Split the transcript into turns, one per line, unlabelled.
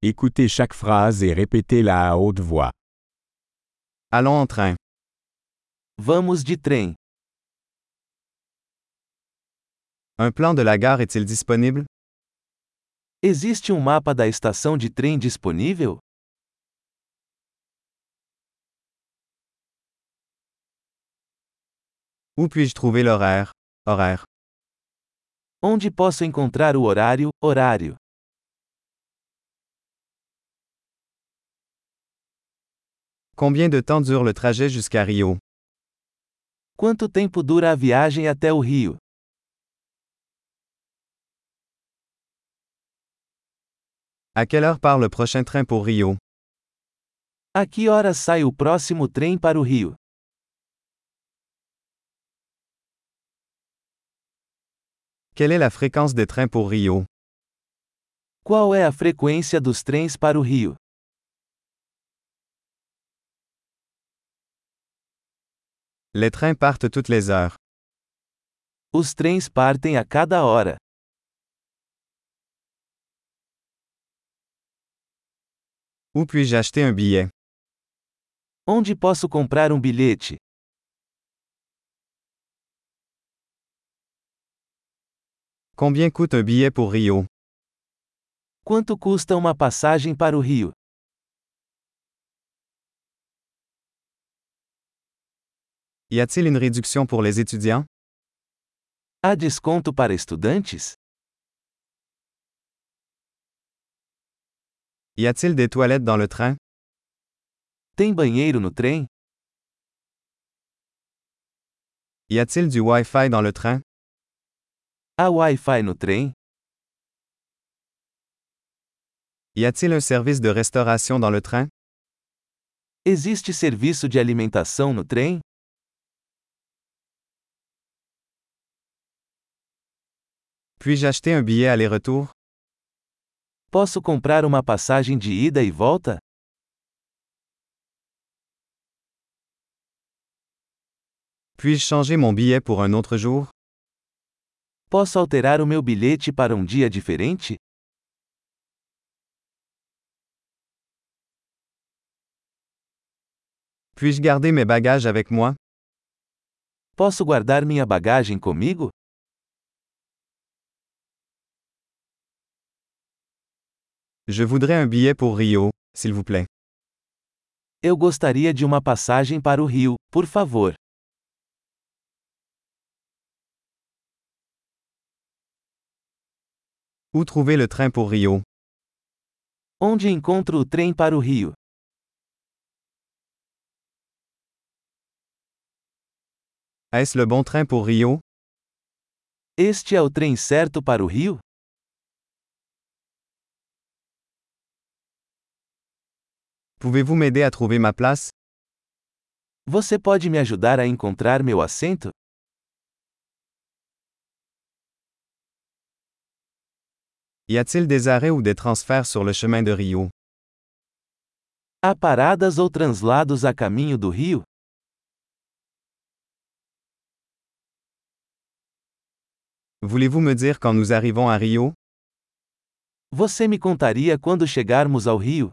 Écoutez chaque phrase et répétez-la à haute voix.
Allons en train.
Vamos de trem.
Un plan de la gare est-il disponible?
Existe um mapa da estação de trem disponível?
Où puis-je trouver l'horaire? Horaire.
Onde posso encontrar o horário? Horário.
Combien de temps dure le trajet jusqu'à Rio?
Quanto tempo dura a viagem até o Rio?
À quelle heure part le prochain train pour Rio?
A que horas sai o próximo trem para o Rio?
Quelle est la fréquence des trains pour Rio?
Qual é a frequência dos trens para o Rio?
Les trains partent toutes les heures.
Os trens partem a cada hora.
Où puis-je acheter un billet?
Onde posso comprar um bilhete?
Combien coûte un billet pour Rio?
Quanto custa uma passagem para o Rio?
Y a-t-il une réduction pour les étudiants?
Há desconto para estudantes?
Y a-t-il des toilettes dans le train?
Tem banheiro no trem?
Y a-t-il du Wi-Fi dans le train?
Há Wi-Fi no trem?
Y a-t-il un service de restauration dans le train?
Existe serviço de alimentação no trem?
Puis-je acheter un billet aller-retour?
Posso comprar uma passagem de ida e volta?
Puis-je changer mon billet pour un autre jour?
Posso alterar o meu bilhete para um dia diferente?
Puis-je garder mes bagages avec moi?
Posso guardar minha bagagem comigo?
Je voudrais un billet pour Rio, s'il vous plaît.
Eu gostaria de uma passagem para o Rio, por favor.
Où trouver le train pour Rio?
Onde encontro o trem para o Rio?
Est-ce le bon train pour Rio?
Este é o trem certo para o Rio?
Pouvez-vous m'aider à trouver ma place?
Você pode me ajudar a encontrar meu assento?
Y a-t-il des arrêts ou des transferts sur le chemin de Rio?
Há paradas ou translados a caminho do Rio?
Voulez-vous me dire quand nous arrivons à Rio?
Você me contaria quando chegarmos ao Rio?